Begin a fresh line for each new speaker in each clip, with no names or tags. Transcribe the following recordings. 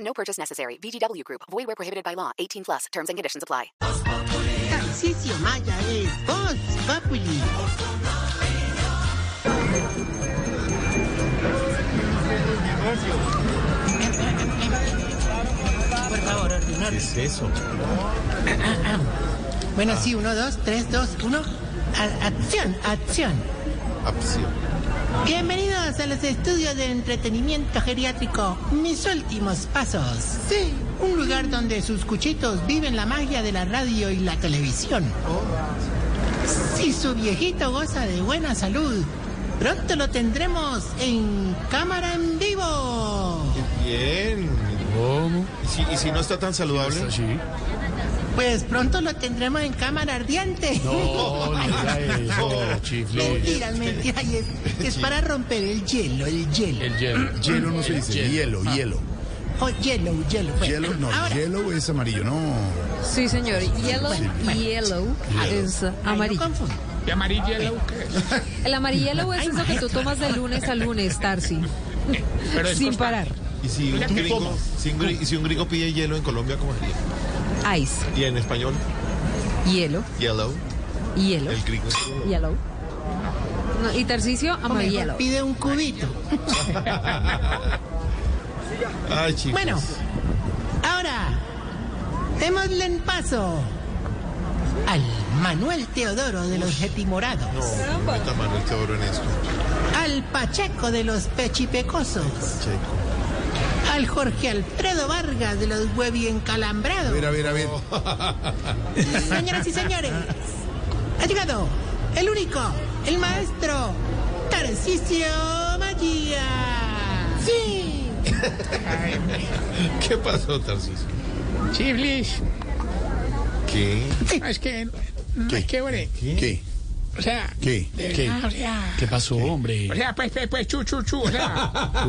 No purchase necessary. VGW Group. Void where prohibited by law. 18 plus. Terms and conditions apply.
Tarcisio Maya es Voz Populi. Por favor, ordenar.
es eso?
Bueno, sí, uno, dos, tres, dos, uno. A- acción, acción.
Apción.
Bienvenidos a los estudios de entretenimiento geriátrico, mis últimos pasos. Sí, un lugar donde sus cuchitos viven la magia de la radio y la televisión. Si su viejito goza de buena salud, pronto lo tendremos en cámara en vivo.
Bien. ¿Y si, y si no está tan saludable?
Pues pronto lo tendremos en cámara ardiente.
No.
Mentiras, mentiras, y es, que es para romper el hielo, el hielo.
El hielo.
Hielo no se dice, hielo, hielo.
Oh, hielo, hielo. bueno.
Hielo, no,
Ahora,
hielo es amarillo, no.
Sí, señor. Yellow, yellow es
ay, no
amarillo.
confunda.
¿Y amarillo?
El amarillo es eso que tú tomas de lunes a lunes, Tarsi.
Pero es
Sin
costa-
parar.
¿Y si un
Mira que
gringo,
como.
si un gri- y si un gringo pide hielo en Colombia, cómo sería?
Ice.
Y en español,
Hielo.
yellow.
Hielo.
El gringo es yellow.
Yellow. No, y Tarcicio,
O mejor
amarillo.
pide un cubito.
Ay, chicos.
Bueno, ahora, démosle en paso al Manuel Teodoro de los Getimorados,
No, no meta mano este oro en esto.
al Pacheco de los Pechipecosos,
Checo.
al Jorge Alfredo Vargas de los Huevi
A ver, a
Encalambrados.
ver, a ver.
Señoras y señores, ha llegado el único, el maestro, Tarcisio Magia. Sí.
¿Qué pasó, Tarcisio?
Chiflis.
¿Qué?
No, es que. No, es que, hombre.
¿Qué?
O sea.
¿Qué?
de
¿Qué?
verdad, O sea.
¿Qué pasó, hombre?
O sea, pues, pues, pues, chu, chu, chu. O sea,
A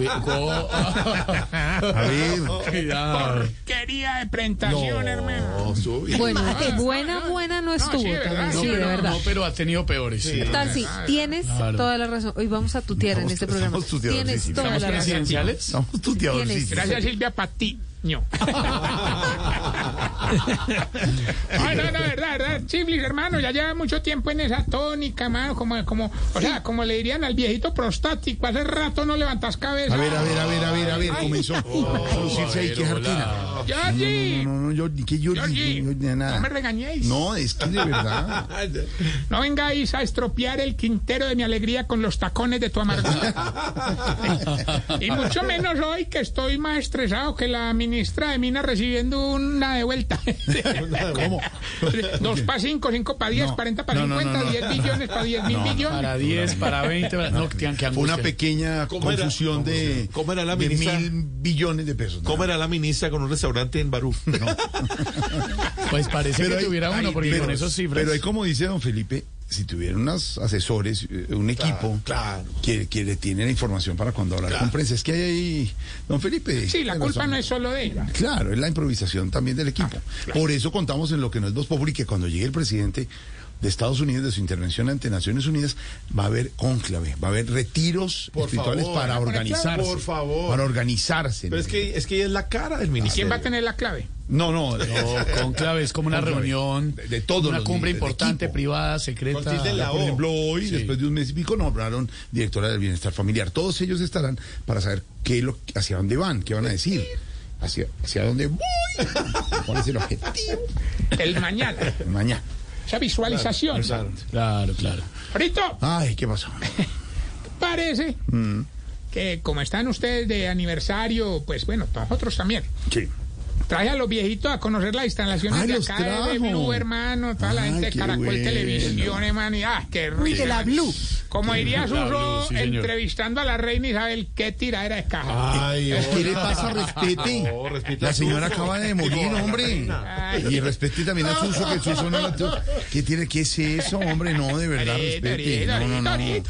ver.
Cuidado.
quería de presentación, hermano.
No, estuvo bien.
Bueno, buena, buena no estuvo.
sí, de verdad,
Tarcisio,
no,
Sí, de
pero,
verdad.
no, pero ha tenido peores. Sí.
Tarsi, tienes
Claro.
toda la razón. Hoy vamos a tutear en este programa.
estamos tuteadores, sí,
Tienes
sí,
toda
¿Los
la razón.
presidenciales?
Estamos tuteados.
¿Quién es?
sí.
Gracias, Silvia Patiño. Ay, no, no, verdad, verdad, Chiflis, hermano, ya lleva mucho tiempo en esa tónica, hermano, como, como, o sea, como le dirían al viejito prostático, hace rato no levantas cabeza.
A ver, a ver, a ver, a ver, a ver. Comenzó a producirse ahí. ¿Qué jardina?
Georgie,
No, no, no, yo ni que yo
Georgie,
ni yo
no
ni
me
nada.
regañéis. No.
No, es que de verdad.
vengáis a estropear el quintero de mi alegría con los tacones de tu amargura. y mucho menos hoy que estoy más estresado que la ministra de Minas recibiendo una de vuelta.
¿Cómo?
Dos para cinco, cinco para diez,
No.
40 para
No, no,
50,
no, no.
10 billones para 10 mil
No, no,
millones.
Para 10, para 20. para- No, que tengan que
Fue una
angustia.
pequeña
¿Cómo era?
confusión de,
¿Cómo era la
de
ministra?
mil billones de pesos.
¿Cómo era la ministra con un restaurante en Barú?
Pues parece que
hay-
tuviera
hay-
uno, porque
pero-
con esos cifras.
Pero hay como dice don Felipe, si tuviera unos asesores, eh, un equipo
claro.
Que, que le tiene la información para cuando hablar
Claro.
con prensa. Es que hay ahí, don Felipe.
Sí, la
tiene
culpa
razón.
no es solo de ella.
Claro, es la improvisación también del
Ah,
equipo. Por eso contamos en lo que no es Voz Populi, que cuando llegue el presidente de Estados Unidos, de su intervención ante Naciones Unidas, va a haber cónclave, va a haber retiros
Por
espirituales
favor.
para
Ah, por
organizarse.
favor. Por favor.
Para organizarse.
Pero es que, es que ella es la cara
Ah,
del
¿Y
ministerio.
quién va a tener la clave?
No, no, no.
No, conclave es como una
Cónclave.
reunión.
De- de todos
Una
los
cumbre
líderes de
importante,
equipo.
privada, secreta.
Consiste en la
Por
O.
ejemplo, hoy,
Sí.
después de un mes y pico, nombraron directora del bienestar familiar. Todos ellos estarán para saber qué lo, hacia dónde van, qué van a decir, hacia, hacia dónde voy, cuál es el objetivo.
El mañana.
Mañana.
Esa visualización.
Claro, claro.
Ahorita.
Ay, ¿qué pasó?
parece
Mm.
que como están ustedes de aniversario, pues bueno, nosotros también.
Sí.
traje a los viejitos a conocer las instalaciones
Ay,
de
Ah, los
acá de
trajo.
Blue, hermano, toda la
Ay,
gente de
qué
Caracol
bueno.
Televisión, hermano, y ah, qué rico.
de la
hermano.
Blue.
Como
la
diría
Blue,
Suso,
sí, señor.
entrevistando a la reina Isabel, qué tiradera de
Ah,
caja.
Ay,
¿Qué le pasa? Respete.
No, respete
la
a
señora
Suso.
acaba de morir,
No, a la
hombre.
reina.
Y respete también a Suso, que Suso no la tuvo. ¿Qué tiene? ¿Qué es eso, hombre? No, de verdad,
Dorito,
respete.
dorito,
No, no, no.
dorito.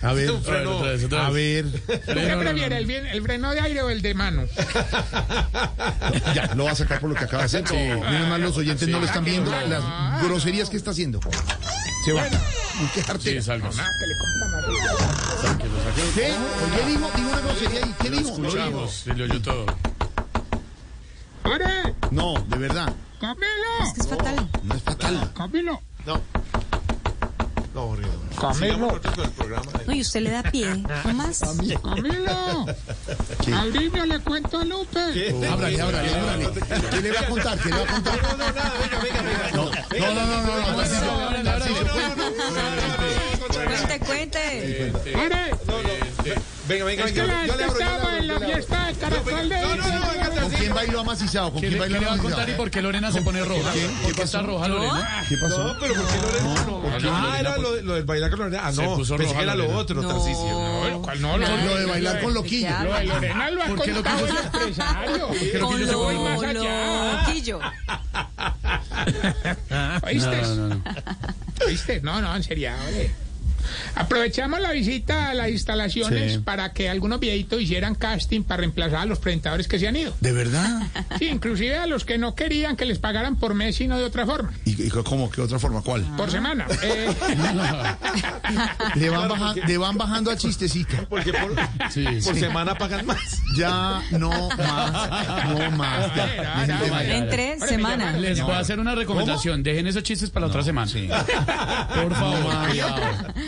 un
A ver,
freno.
otra vez, otra
a
vez.
ver.
¿Tú qué prefieres, el, bien- el freno de aire o el de mano?
Ya, lo va a sacar por lo que acaba de hacer. Menos mal los oyentes no lo están viendo. Las groserías que está haciendo. Se va. Qué
Sí,
arte.
salga.
¿Qué? ¿Qué dijo? Dijo una grosería ahí. ¿Qué dijo? Lo dijo.
Escuchamos, se lo oyó todo.
¡Jorge!
No, de verdad.
Es que
¡Camilo!
es fatal.
No es fatal.
¡Camilo!
No. No, aburrido. Sigamos
¡Camilo!
nosotros con el programa.
No, y usted le da pie. ¿no más?
¡Camilo! Al niño le cuento a Lupe.
Ábrale, ábrale, ábrale. ¿Qué le va a contar? ¿Qué le va a contar?
No, no, nada, venga, venga, venga. No,
No, no, no, no, no.
Cuente, cuente.
Jorge,
Venga, venga,
es que la
venga. Yo
gente
le abro, yo le
estaba en la
abro, yo le abro.
fiesta de Caracol de
No, no, no, venga,
¿Con quién bailó Amacizao? ¿Con
¿Qué
quién
le,
bailó
qué le va a contar y
Amacizao?
por qué Lorena se pone roja? ¿Por qué está roja Lorena?
¿Qué
No,
pasó?
pero ¿por qué Lorena no? Ah, era lo, de- lo del bailar con Lorena. Ah,
Se
no,
puso
pensé
roja
que era lo
Lorena.
otro,
No.
Tarcisio.
No, lo cual no, lo,
Claro.
Lo de bailar con loquillo.
lo de Lorena lo ha
¿Por qué lo
contado
quiso-
el empresario.
Con
Yo voy más allá.
lo quillo.
Ah.
¿Oíste?
No, no, no.
¿Oíste? No, no, en serio, hombre. Aprovechamos la visita a las instalaciones
Sí.
para que algunos viejitos hicieran casting para reemplazar a los presentadores que se han ido.
¿De verdad?
Sí, inclusive a los que no querían que les pagaran por mes, sino de otra forma,
¿Y, y cómo? ¿Qué otra forma? ¿Cuál?
por semana. Eh,
Ah.
Le van, baja- le van bajando al chistecito.
Porque por,
Sí,
por
sí.
semana pagan más.
Ya, no más, no más. Ya,
Ay, ah, no,
dejen de
no,
bailar.
En tres semanas.
Les voy a Ah, hacer una recomendación. Dejen esos chistes para la otra semana. Por
No
favor.
más,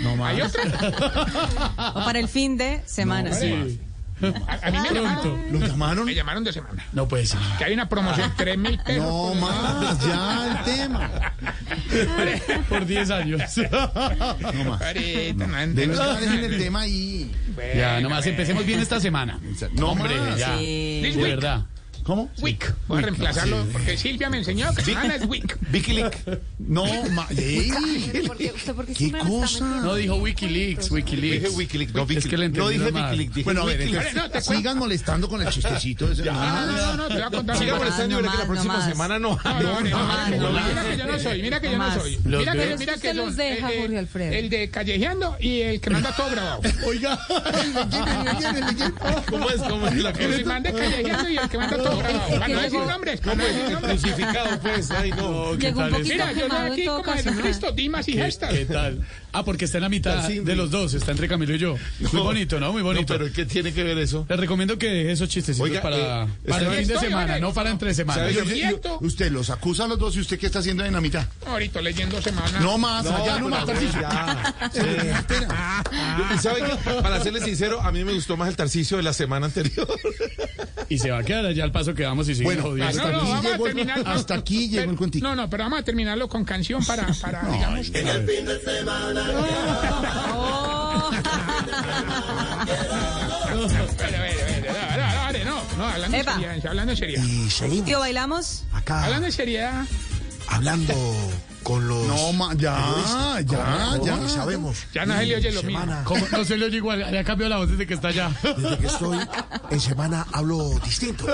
no más.
hay otra. Ah.
O para el fin de semana.
Sí.
A, a mí me llamaron,
¿Lo llamaron?
me llamaron de semana.
No pues, puede ser.
Que hay una promoción, 3 mil pesos.
No
por semana.
más, ya el tema.
Por 10 años.
No más.
Ahorita, no,
De verdad,
entonces,
dejen el tema ahí.
bueno,
Ya, nomás
eh,
empecemos bien esta semana.
No,
Hombre,
más.
ya.
This
De
week.
verdad.
¿Cómo?
Wick. Voy a reemplazarlo porque Silvia me enseñó que semana es Wick.
No más. Ey,
¿Usted por qué
¿Qué cosa?
No dijo Wikileaks, Wikileaks.
Dije Wikileaks, no
Es que le
Wikileaks.
entendieron
No dije
mal.
Wikileaks, dije
Bueno, a ver,
Wikileaks.
entonces,
No, te cuento.
sigan molestando con el chistecito. ese.
No,
Ah,
no, no, no, te voy a contar.
Siga
una
por este
cosa.
año, verá
no
que la
más, no
próxima
más.
semana no.
No, no, no,
Ah,
no,
no,
mira
no,
que yo no soy, mira que yo no
más.
soy.
Los
Mira que yo,
dos.
mira que
Se
yo.
los deja,
eh, eh,
Jorge Alfredo.
El de Callejeando y el que manda todo grabado.
Oiga, ¿me quieren, me quieren, me quieren?
¿Cómo es? ¿Cómo es la
El
cosa?
man de Callejeando y el que manda todo grabado. Para no decir
llegó-
nombres, para no decir nombres.
Crucificado, pues. Ay, no.
Llegó un poquito
Mira, yo no
quemado en
aquí
todo
como
caso.
Jesucristo, Dimas y
¿Qué,
gestas.
qué tal? Ah, porque está en la mitad de los dos, está entre Camilo y yo. Muy bonito, ¿no? Muy
No,
bonito.
pero ¿qué tiene que ver eso?
Les recomiendo que deje esos chistecitos
Oiga,
para,
eh,
para el
estoy-
fin de
estoy,
semana,
vale.
no para entre semana.
¿Sabe
Yo-
qué?
Quieto.
Usted los acusa a los dos y usted qué está haciendo en la mitad.
Ahorita leyendo semana. Ah,
No más, allá
pero
no más,
bueno,
Tarcísio.
ya.
Espera.
Eh, ¿Y sabe qué? Para serle sincero, a mí me gustó más el Tarcicio de la semana anterior.
Y se va a quedar allá al paso que vamos y sigue
Bueno,
jodiendo.
hasta
no,
aquí
vamos a
llegó el-
terminar con-
hasta aquí llegó el cuentito.
No, no, pero vamos a terminarlo con canción para, para digamos.
Oh.
Espera, espera, espera, no, no, dale, no, no, hablando en
Epa.
seriedad, hablando en seriedad.
Y seguimos
Tío, ¿bailamos?
acá
Hablando en seriedad,
hablando con los.
No más, ya, ya,
Como
ya.
que sabemos.
ya no se le oye lo mismo.
Semana,
¿Cómo? No se le oye igual, ya cambió la voz desde que está allá.
desde que estoy en semana hablo distinto.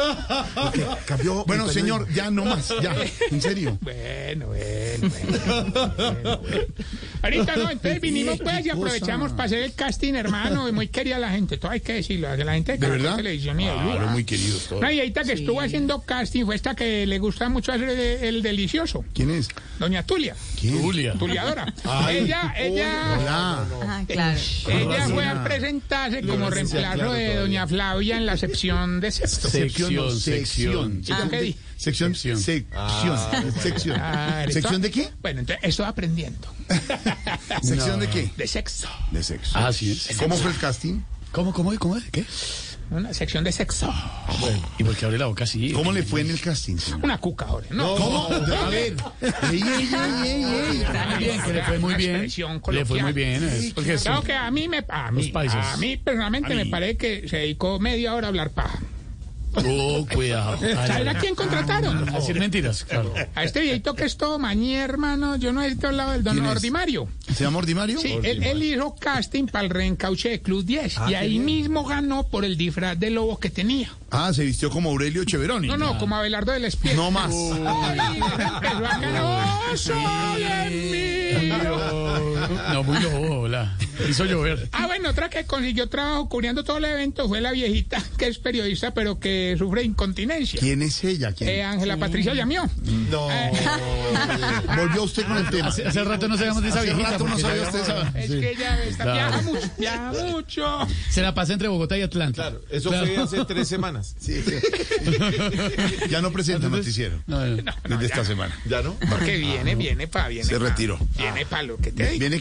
Porque cambió.
Bueno,
el
señor, ya no más, ya. En serio.
Bueno, bueno, bueno, bueno, bueno. Ahorita no, entonces vinimos pues y
qué cosa.
aprovechamos para hacer el casting, hermano, y muy querida la gente, todo hay que decirlo, de la gente de,
¿De
Caracol
verdad?
Televisión y de Blue.
Claro, muy querido todo.
Una viejita que estuvo haciendo casting fue esta que le gusta mucho hacer el, el delicioso,
¿Quién es?
doña Tulia,
¿Quién?
Julia.
Tuliadora. ella, ella...
Hola.
Oh.
Ah, claro.
Ella fue a presentarse como
no sé si
reemplazo
aclaro
de
todavía.
doña Flavia en la sección de sexto.
Sección, sección.
¿Sí, yo qué dije?
Ah, Sección. Ah,
Sección.
Sección. Sección.
Claro,
¿Sección
esto-
de qué?
Bueno, entonces estoy aprendiendo.
¿Sección de qué?
De sexo.
De sexo.
Así Ah, es.
¿Cómo fue el casting?
¿Cómo, cómo, cómo? ¿Qué?
Una sección de sexo.
¿Y por qué abre la boca así?
¿Cómo le fue en el casting? señor?
Una cuca ahora. No,
¿Cómo? A ver. Ey, ey, ey, ey, ey.
Muy bien, que le fue muy bien.
Expresión
Le fue
coloquial.
muy bien. Es porque es-
Claro que a mí, me, a, mí,
paisas.
a mí personalmente
A mí.
me parece que se dedicó media hora a hablar paja.
Oh, cuidado.
¿Sabes a quién contrataron?
A decir Ah, mentiras, claro.
A este viejito que es todo mañé, hermano. Yo no he hablado del don
¿Quién es?
Ordimario.
¿Se llama Ordimario?
Sí, él, él hizo casting para el reencauche de Club 10
Ah,
y ahí mismo ganó por el disfraz de lobo que tenía.
Ah, se vistió como Aurelio Cheveroni.
No, no, como Abelardo del Espíritu.
No más.
¡Oh,
No, muy lobo, hola. Hizo llover.
Ah, bueno, otra que consiguió trabajo cubriendo todo el evento fue la viejita que es periodista pero que sufre incontinencia.
¿Quién es ella? ¿Quién?
Eh, Ángela Patricia Llamió.
No. Volvió usted con el tema.
Hace, hace rato no sabíamos de esa
Hace
viejita.
rato no
porque
sabía
la-
usted esa-
Es que ella está- viaja mucho, viaja mucho.
Se la pasa entre Bogotá y Atlanta.
Claro, eso
Claro.
fue hace tres semanas.
Sí. Ya no presenta noticiero
No, no.
desde esta semana. Ah,
¿Ya no?
Porque viene, viene pa, viene
Se
pa-
retiró. Ah.
Viene pa lo que te digo.
¿Viene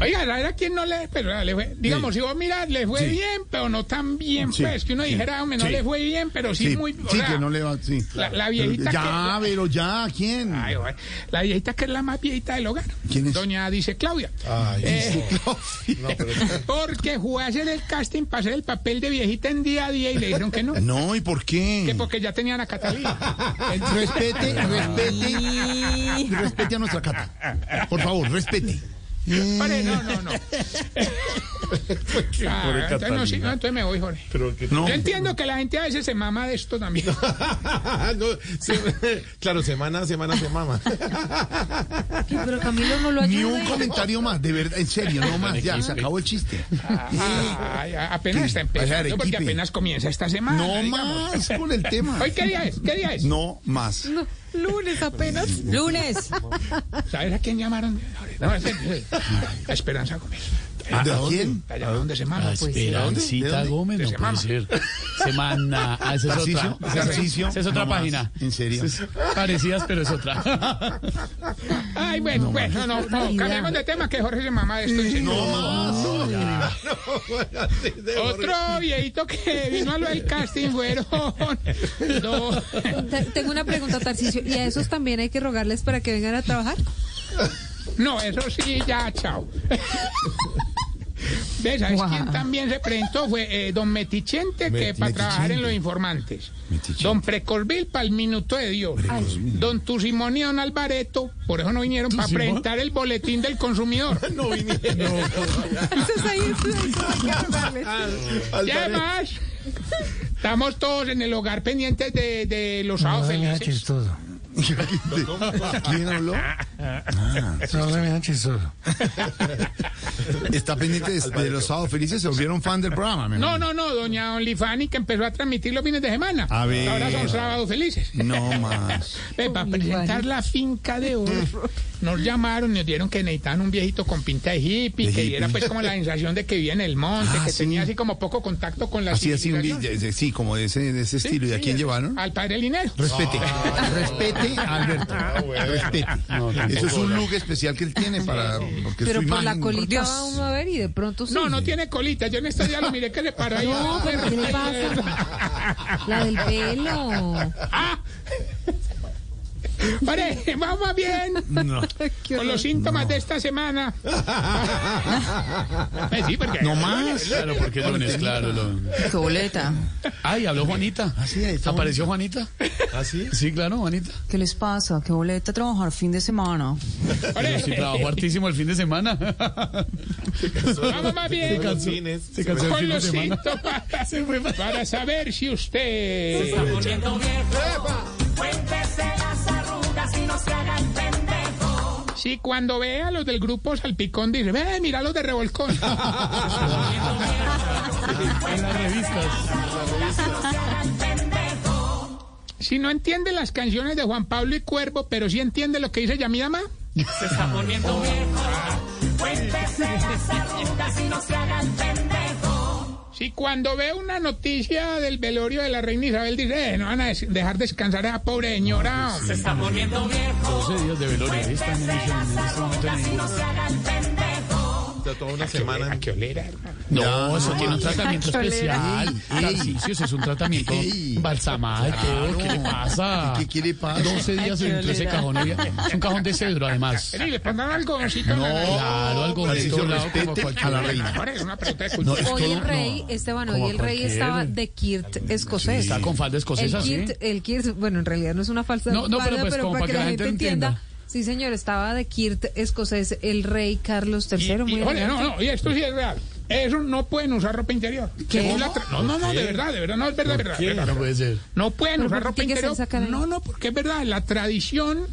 Oiga, la verdad, ¿quién no le, pero ah, le fue, digamos, si vos mirás, le fue bien, pero no tan bien,
Sí,
pues, que uno
sí,
dijera, hombre, no
sí.
le fue bien, pero sí, muy, o
sí
sea,
que no le va. Sí.
la- la viejita
ya,
que-
pero ya, ¿quién?
ay, oye, la viejita que es la más viejita del hogar.
¿Quién es? Ah.
Doña dice Claudia.
Ay,
Eh,
sí, no, pero-
porque fue a hacer el casting para hacer el papel de viejita en día a día y le dijeron que no.
No, ¿y por qué?
Que porque ya tenían a Catalina. Entonces,
Respete, respete. Respete a nuestra cata. Por favor, respete.
hombre, no, no, no. Ah, entonces, no, sí, no, entonces me voy, Jorge.
No.
Yo entiendo que la gente a veces se mama de esto también.
No, se- claro, semana a semana se mama.
Pero Camilo no lo ayuda.
Ni un
ahí.
comentario más, de verdad, en serio, no más, ya, se acabó el chiste.
Ay, apenas está empezando, porque
Arequipe.
apenas comienza esta semana.
No
digamos.
más con el tema.
Hoy, ¿qué día es? ¿Qué día es?
No más.
No, lunes apenas. Lunes.
¿Sabes a quién llamaron? No, es- es- a Esperanza Gómez.
¿De quién?
Allá donde se mama,
Ah,
pues.
¿De
Esperancita
dónde?
Gómez, no
Se
puede
mama.
ser. Semana. Ah, esa es
Tarcicio,
otra. Esa es-
Tarcicio,
Esa es otra
no más.
página.
En serio.
Esa es- Parecidas, pero es otra.
Ay, bueno, bueno, no, no, cambiamos de tema que Jorge se mama de esto. en serio. Otro viejito que vino a lo del casting fueron dos.
Te- Tengo una pregunta, Tarcicio. ¿Y a esos también hay que rogarles para que vengan a trabajar?
No, eso sí, ya, chao. ¿Ves? ¿Sabes quién también se presentó? Fue eh, don Metichente, que para
Metichente.
trabajar en los informantes.
Metichente.
Don Precorbil para el minuto de Dios. Don Tusimón y don Alvareto, por eso no vinieron, para
¿Tusimón?
presentar el boletín del consumidor.
No vinieron.
Entonces ahí es- hay que rogarles.
Y además, estamos todos en el hogar pendientes de, de los
No
sábados
se me haga
felices.
chistoso.
¿Quién habló?
No se me haga chistoso.
Está pendiente de, de los sábados felices, se volvieron fan del programa. mi
No,
hermano.
no, no, doña Onlifani que empezó a transmitir los fines de semana.
A ver.
Ahora son sábados felices.
No más.
Ve, para presentar la finca de oro, nos llamaron y nos dieron que necesitaban un viejito con pinta de hippie,
De
que
hippie.
diera pues como la sensación de que vivía en el monte,
Ah,
que
sí.
tenía así como poco contacto con la
Así, así, un,
civilización.
de- de- sí, como de ese, de ese
Sí,
estilo. ¿Y a
sí,
quién
eso.
llevaron?
Al padre Linero.
Respete, respete, Alberto.
Ah,
Respete. Ah, Eso es un look especial que él tiene para. Porque
Pero
su
por la
imagen-
colita va uno a ver y de pronto sí.
No, no tiene colita. Yo en estos días lo miré que le paró ahí.
No, pero ¿qué le pasa? La del pelo.
Ah. Vale, vamos bien
Qué
con
horror.
los síntomas de esta semana. Pues sí, porque
No más. Claro, porque el lunes, claro. lo-
Coleta,
Ay, habló Juanita.
Ah, sí, ahí está
¿Apareció Juanita?
¿Ah, sí?
Sí, claro, Juanita.
¿qué les pasa? ¿Qué boleta trabajar fin de semana?
Vale,
Sí, trabajó hartísimo el fin de semana.
vamos más bien
Los cines.
Se cansó el
con
fin de
los
semana.
síntomas para saber si usted si cuando ve a los del grupo Salpicón dice, ve, mira los de Revolcón.
En las revistas.
Si no entiende las canciones de Juan Pablo y Cuervo, pero sí entiende lo que dice Yamida Ma. Si cuando ve una noticia del velorio de la reina Isabel dice, "Eh, no van a des- dejar descansar a esa pobre señora.
pues,
hombre".
12 días de velorio. Ahí están en ese- en este momento ninguno.
Está toda una semana.
¿A qué olera, hermano?
No, eso tiene un tratamiento
Ay,
especial. Tarcisio, eso es un tratamiento
Ey.
balsamado y todo. ¿Qué le pasa?
¿Qué- qué le pasa?
12 días dentro de ese cajón. oiga. Es un cajón de cedro, además.
Vení, le pongan algodoncito. en la nariz.
Claro, algo de
Tarcisio,
todo lado, como
respete a la
cualquier-
reina.
Ahora es una pregunta de cultura.
Hoy el
todo-
rey, Esteban,
Como
hoy el rey
cualquier-
estaba de kirt escocés.
Está con falda escocesa,
el
sí.
kirt, el kirt, bueno, en realidad no es una falsa
No, no, pero
falda,
pues como
para que la gente entienda.
entienda.
Sí, señor, estaba de kirt escocés el rey Carlos III.
Y-
muy
y, oye,
elegante.
no, no, y esto sí es real. Eso no pueden usar ropa interior.
¿Qué?
Según la tra- No, no, no, de verdad, de verdad, no es verdad, verdad, verdad.
No puede ser.
No pueden
Pero
usar
¿por
ropa
qué hay que
interior.
hacer esa cara?
No, no, porque es verdad, la tradición.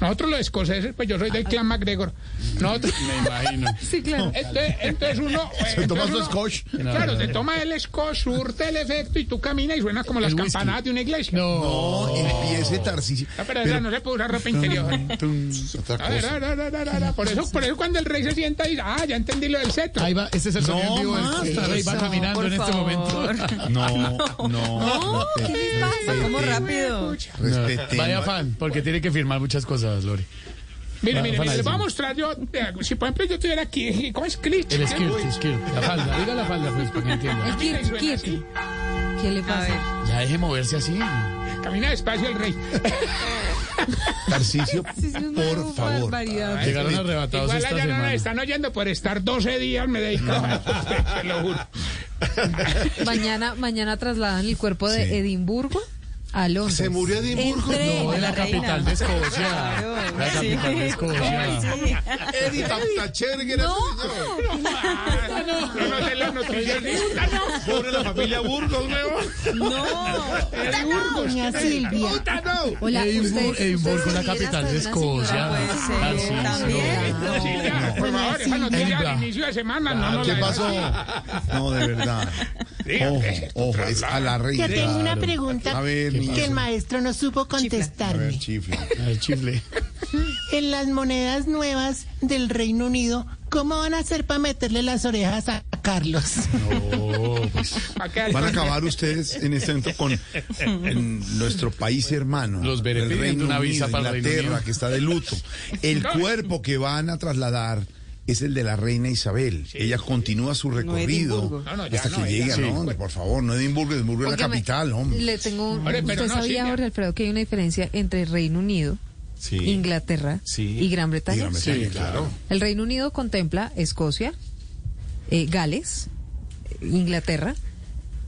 Nosotros los escoceses, pues yo soy
Ah,
del clan MacGregor. Nosotros,
Me imagino.
Sí, claro.
entonces, entonces uno. eh,
Se toma
entonces
su
uno-
scotch.
Claro, te toma el scotch, surte el efecto y tú caminas y suena como las
whisky.
campanadas de una iglesia.
No.
No, empiece Tarcisio.
No, pero, esa no se puede usar ropa interior.
Otra
A ver,
cosa.
a ver, a ver, a ver, a ver. Por eso, por eso cuando el rey se sienta y dice, ah, ya entendí lo del cetro.
Ahí va, ese es el
No
sonido en vivo.
más,
El el rey va
Tarcisio,
caminando
por
en este momento.
favor.
No, no.
No, ¿qué les pasa?
Como rápido.
Respete.
Vaya fan, porque tiene que firmar muchas cosas, Lori.
Mire,
Ah,
mire,
para
mire, les
eso.
voy a mostrar yo. eh, Si por ejemplo yo estuviera aquí, eh, ¿cómo es Clitch?
El skirt, el skirt. La falda, diga la falda, pues, para que
El
entienda.
kirt, kirt. ¿Qué le
A ver.
pasa?
Ya deje moverse así.
Camina despacio el rey.
Tarcisio,
Sí, sí, una
por favor.
barbaridad.
Llegaron arrebatados
Igual
esta
allá no la
semana.
están oyendo por estar 12 días me dedicaba. Te lo juro.
Mañana, mañana trasladan el cuerpo de
Sí.
Edimburgo a Londres.
¿Se murió Edimburgo?
En tren.
No, de la
la reina.
capital de Escocia.
Claro,
La
sí.
capital de Escocia.
Eddie Taptacherger.
No,
Ah, no, no, no, sé las noticias ni una, no.
Pobre la familia Burgos, weón.
Era de Burgos.
Doña Silvia.
Puta, no.
hola,
Edimburgo,
ustedes-
Edimburgo,
ustedes
la
vivían
capital
hasta
de
una señora.
Escocia. Ah,
puede ser, también.
No, sí,
Ah,
ya, por favor, esa noticia
Silvia.
al inicio de semana no, no
¿Qué
la
pasó? No, de verdad. Ojo, ojo, es a la reina.
Yo tengo una
Claro.
pregunta
A ver,
que el
niña.
maestro no supo
A ver,
contestarme.
chifle.
El chifle.
En las monedas nuevas del Reino Unido, ¿cómo van a hacer para meterle las orejas a Carlos?
Oh, pues.
¿Para qué?
Van a acabar ustedes en este momento con en nuestro país hermano.
Los veré
el
pidiendo
Reino
una visa
Unido,
para el Reino
Inglaterra,
Unido.
que está de luto. El cuerpo que van a trasladar es el de la reina Isabel. Ella continúa su recorrido
Edimburgo.
No, no, ya
hasta
no,
que
ella
llega,
sí.
¿no? Por favor, no Edimburgo, Edimburgo es la
Óigame,
capital, hombre.
Le tengo un-
Hombre, pero
¿Usted
no,
sabía,
Silvia.
Jorge Alfredo, que hay una diferencia entre Reino Unido, Inglaterra
Sí.
y Gran Bretaña?
Dígame,
Sí,
Tania,
claro.
El Reino Unido contempla Escocia, eh, Gales, eh, Inglaterra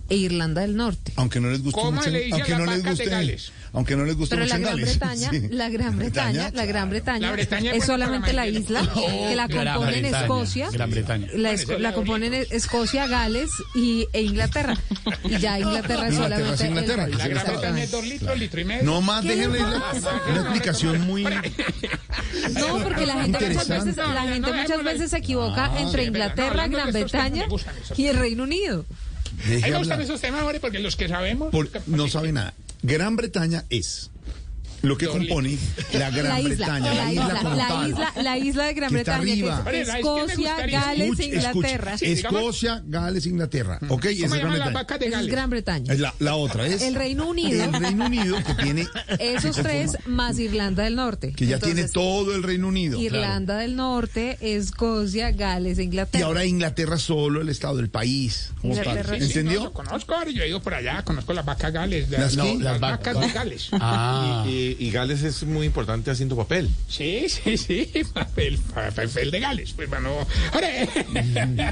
e Irlanda del Norte.
Aunque no les guste
¿Cómo
mucho,
le dice
aunque
a la
no les
vaca de
guste,
Gales?
aunque no les guste
Pero
mucho
la
en
Gran
Gales.
Bretaña,
Sí.
la Gran Bretaña, la Gran Bretaña,
La Bretaña,
es
bueno,
solamente
para
la isla que la
Gran
componen
Bretaña,
Escocia,
Gran Bretaña.
la, esco- la componen Escocia, Gales y, e Inglaterra. Y ya Inglaterra es
Inglaterra es
solamente el
Inglaterra,
país.
que
La
se
gran Bretaña es
Exactamente.
Exactamente.
dos litros, litro y medio.
No más,
¿Qué
déjenle
le
la- una explicación muy
No, porque la gente muchas
Interesante.
veces, la
No,
gente
no,
muchas
no,
veces se equivoca entre
es verdad.
Inglaterra,
No, hablando de
Gran
estos temas,
Bretaña
me gustan esos.
y el Reino Unido.
Deje
A mí me gustan
hablar.
esos temas, hombre, porque los que sabemos.
Por- no sabe nada. Gran Bretaña es lo que compone la Gran
la isla,
Bretaña, la, isla, como
la
tal.
isla, la isla de Gran
Que está
Bretaña, que
arriba.
es
Oye, ¿sabes qué me
Escocia,
gustaría?
Gales e
Escuche,
Inglaterra.
escuche, Escocia, Gales, Inglaterra. Ok, esa es
¿Cómo
Gran
llaman las
Bretaña.
vacas de
Esa es
Gales?
Gran Bretaña.
Es la, la otra es
El Reino Unido.
El Reino Unido que tiene
Esos
que
tres
conforma-
más Irlanda del Norte.
que ya tiene
Entonces,
todo el Reino Unido.
Irlanda del Norte, Escocia, Gales e
Y
Inglaterra.
ahora Inglaterra solo el estado del país. como tal.
Inglaterra.
Sí, sí, no,
¿Entendió?
yo conozco, ahora yo he ido por allá, conozco las vacas gales.
¿Las
no,
qué?
las,
Las
vacas
vacas.
de Gales.
Ah,
Y, y, y Gales es muy importante haciendo papel.
Sí, sí, sí, papel, papel de Gales, pues mano. Ahora, eh,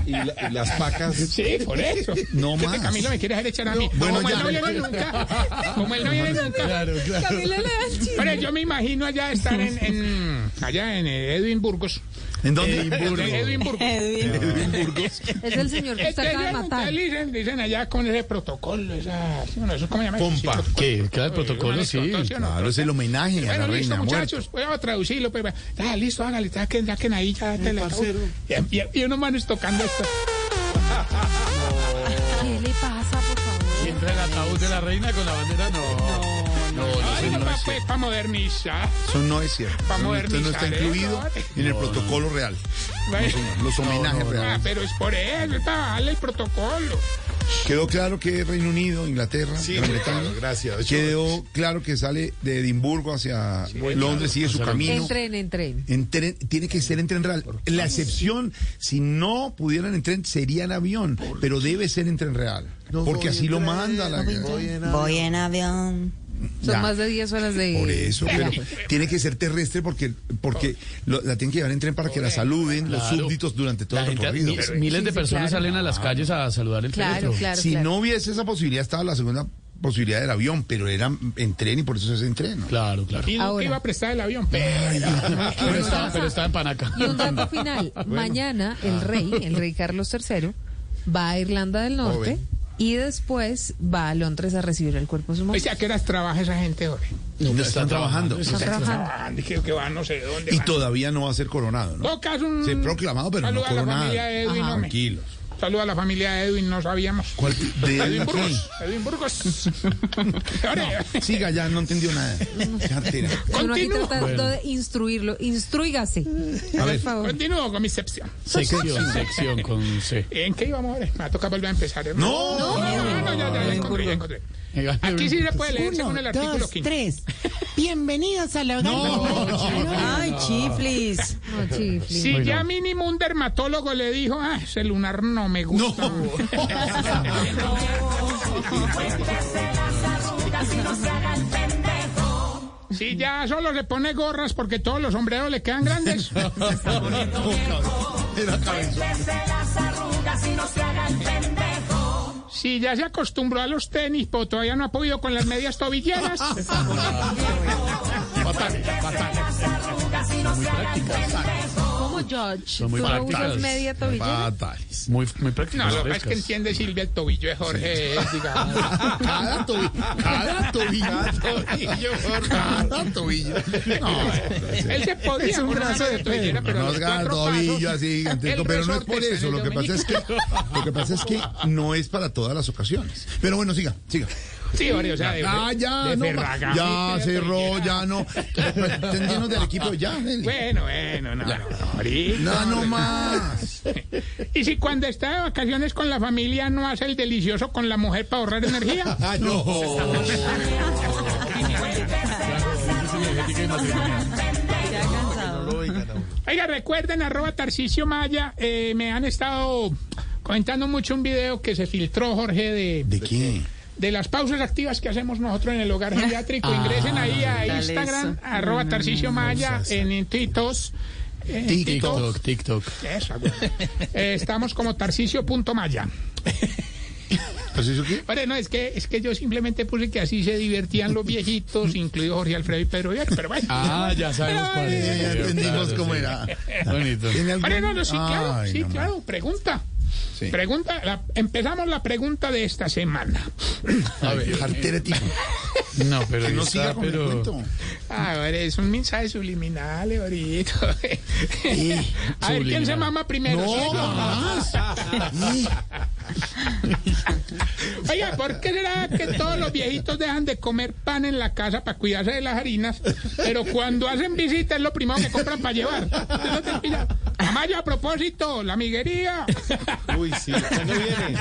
Y, la- y las pacas.
sí, por eso.
No
Este
más.
Camilo me quiere hacer echar a mí.
bueno,
como él
ya.
no viene nunca. Como él no viene nunca.
Claro, claro.
Camilo le da el chisme.
Ahora, yo me imagino allá estar en, en- allá en eh, Edwin Burgos.
¿En dónde?
Edwin Burgos.
Edwin.
Es el señor que está
Este,
acá de
allá,
matar.
ustedes dicen, dicen allá con ese protocolo, esa, bueno, eso cómo llama
Pompa.
Sí,
Que, claro, el protocolo
Una
sí.
descontorsión, ¿no?
Claro, es el homenaje a la
Bueno, listo,
reina muerta.
muchachos, voy a traducirlo. Pues, ah, listo, hágale, saquen, saquen ahí, ya te la y, y, y unos manos tocando esto.
¿Qué le pasa, por favor?
Entra el ataúd de la reina con la bandera, no. No, no,
Ay,
señor.
papá, pues, para modernizar.
Eso no es cierto.
Pa'
Eso no- esto no
modernizar,
está
¿eh?
incluido en el protocolo real.
Bueno,
Los homenajes
ah,
reales.
pero es por eso, es para darle el protocolo.
Quedó claro que Reino Unido, Inglaterra, Gran Bretaña.
claro, gracias.
Quedó claro que sale de Edimburgo hacia Londres, sigue su camino.
En tren, en tren.
En tren, tiene que ser en tren real. La excepción, si no pudieran en tren, sería en avión, pero debe ser en tren real. porque así lo manda la
Voy en avión.
Son
Ya.
más de 10 horas de...
Por eso, pero
viaje.
tiene que ser terrestre porque, porque lo- la tienen que llevar en tren para que la saluden los
Claro.
súbditos durante todo
La
el
gente-
recorrido.
mi- miles de
Sí, sí,
personas
claro.
salen a las calles a saludar el
Claro,
féretro.
claro,
si
claro.
no hubiese esa posibilidad, estaba la segunda posibilidad del avión, pero era en tren y por eso se hace en tren. ¿no?
Claro, claro.
Y Duque
Ahora.
iba a prestar el avión, pero
Pero está, pero está en Panaca.
Y un dato final. Mañana
Ah.
el rey, el rey Carlos III, va a Irlanda del Norte
Joven.
y después va a Londres a recibir el cuerpo de su
o
mamá.
sea, ¿a qué horas trabaja esa gente ahora?
No, están trabajando.
Está trabajando.
Ah, dije que va no sé dónde.
Y
va.
todavía no va a ser coronado, ¿no?
Tocas un...
Se ha proclamado, pero
Saluda
no
a la
coronado.
familia de Edwin,
Ajá.
hombre.
Tranquilos.
Saluda a la familia de Edwin, no sabíamos.
¿Cuál- de
Edwin
Edwin
Burgos. Edwin Burgos. Ahora,
King? Siga ya, no entendió nada. Cartera.
Uno aquí
Continúo.
tratando de instruirlo. Instruígase.
A
Por
ver,
favor.
Continúo con mi sección.
Sección, sección con C.
¿En qué íbamos ahora? Me va a tocar volver a empezar. hermano.
No.
no, no, no, ya, ya, ya encontré, ya encontré. Aquí sí se puede leer según el artículo
dos,
15.
tres. Bienvenidos a la hogar.
Ay, chiflis.
No, chifli.
Si ya mínimo un dermatólogo le dijo, ah, ese lunar no me gusta. Si ya solo se pone gorras porque todos los sombreros le quedan grandes. Si ya se acostumbró a los tenis, pero todavía no ha podido con las medias tobilleras.
¿Cómo, George?
Son muy
¿Tú no
prácticas.
usas media tobillera?
Fatales.
Muy, muy práctico.
No, lo que pasa es que entiende Silvia el tobillo de Jorge. es, digamos.
Cada tobillo. Cada tobillo. Cada tobillo. No,
Él se podía
es un
con una
brazo
mano
de
de tobillera,
pelo.
pero
No
los
es cada
cuatro
tobillo
pasos,
así gigantesco,
el
pero no es
resorte
por
está en
eso.
el
Lo que pasa es que, lo que pasa es que no es para todas las ocasiones. Pero bueno, siga, siga.
Sí, Jorge, o sea, de,
Ah, ya,
de
no, ma-
Ferragamo,
ya
de
cerró,
tobillera.
ya no. Están llenos del equipo, ya, Nelly.
Bueno, bueno, no, no, no, ahorita.
No, no más.
Y si cuando está de vacaciones con la familia no hace el delicioso con la mujer para ahorrar energía.
Ah, no.
Ya cansado.
Oiga, recuerden, arroba Tarcicio Maya, eh, me han estado comentando mucho un video que se filtró, Jorge, de,
¿De quién?
de las pausas activas que hacemos nosotros en el hogar geriátrico. Ingresen ahí a
Ah, dale eso.
Instagram,
Mm,
arroba Tarcicio Maya, en Titos. Eh,
TikTok, TikTok.
Esa, güey. Eh, estamos como tarcicio.maya.
¿Pues eso qué?
Bueno, no, es que, es que yo simplemente puse que así se divertían los viejitos, incluido Jorge Alfredo y Pedro Vivar, pero bueno.
Ah, ya sabemos cuál
Ya
es.
entendimos cómo era.
Bonito.
¿Tiene algún-
Bueno, no, no, sí, claro,
Ay,
sí,
no,
claro, pregunta.
Sí.
Pregunta, la- empezamos la pregunta de esta semana.
A ver,
Jartera tipo.
no, pero
Que no
está,
siga con el
pero...
cuento.
A ver, es un mensaje subliminal, ahorita. A ver, ¿quién se
subliminal.
mama primero?
No, más.
Oiga, ¿por qué será que todos los viejitos dejan de comer pan en la casa para cuidarse de las harinas? Pero cuando hacen visita es lo primero que compran para llevar. ¿Usted no te ha pillado? Mamá, yo a propósito, la miguería.
Uy, sí, ¿cuándo viene?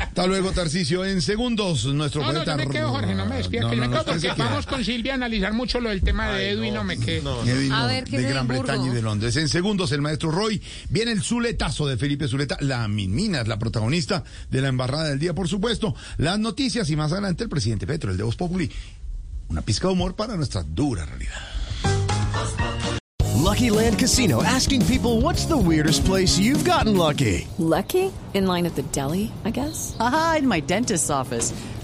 Hasta luego, Tarcicio. En segundos, nuestro
No, no,
poeta-
yo me quedo, Jorge, no me despida,
No,
que
no,
me
no,
quedo
usted se
porque
queda.
vamos con Silvia a analizar mucho lo del tema de Edwin, no, me quedo.
Que vino
A ver, ¿qué
de
es
Gran
Edimburgo?
Bretaña y de Londres. En segundos, el maestro Roy. Viene el zuletazo de Felipe Zuleta. La Minmina es la protagonista de la embarrada del día, por supuesto. Las noticias y más adelante el presidente Petro, el de Voz Populi. una pizca de humor para nuestra dura realidad.
Lucky Land Casino asking people what's the weirdest place you've gotten lucky?
Lucky? In line at the deli, I guess? Aha, in my dentist's office.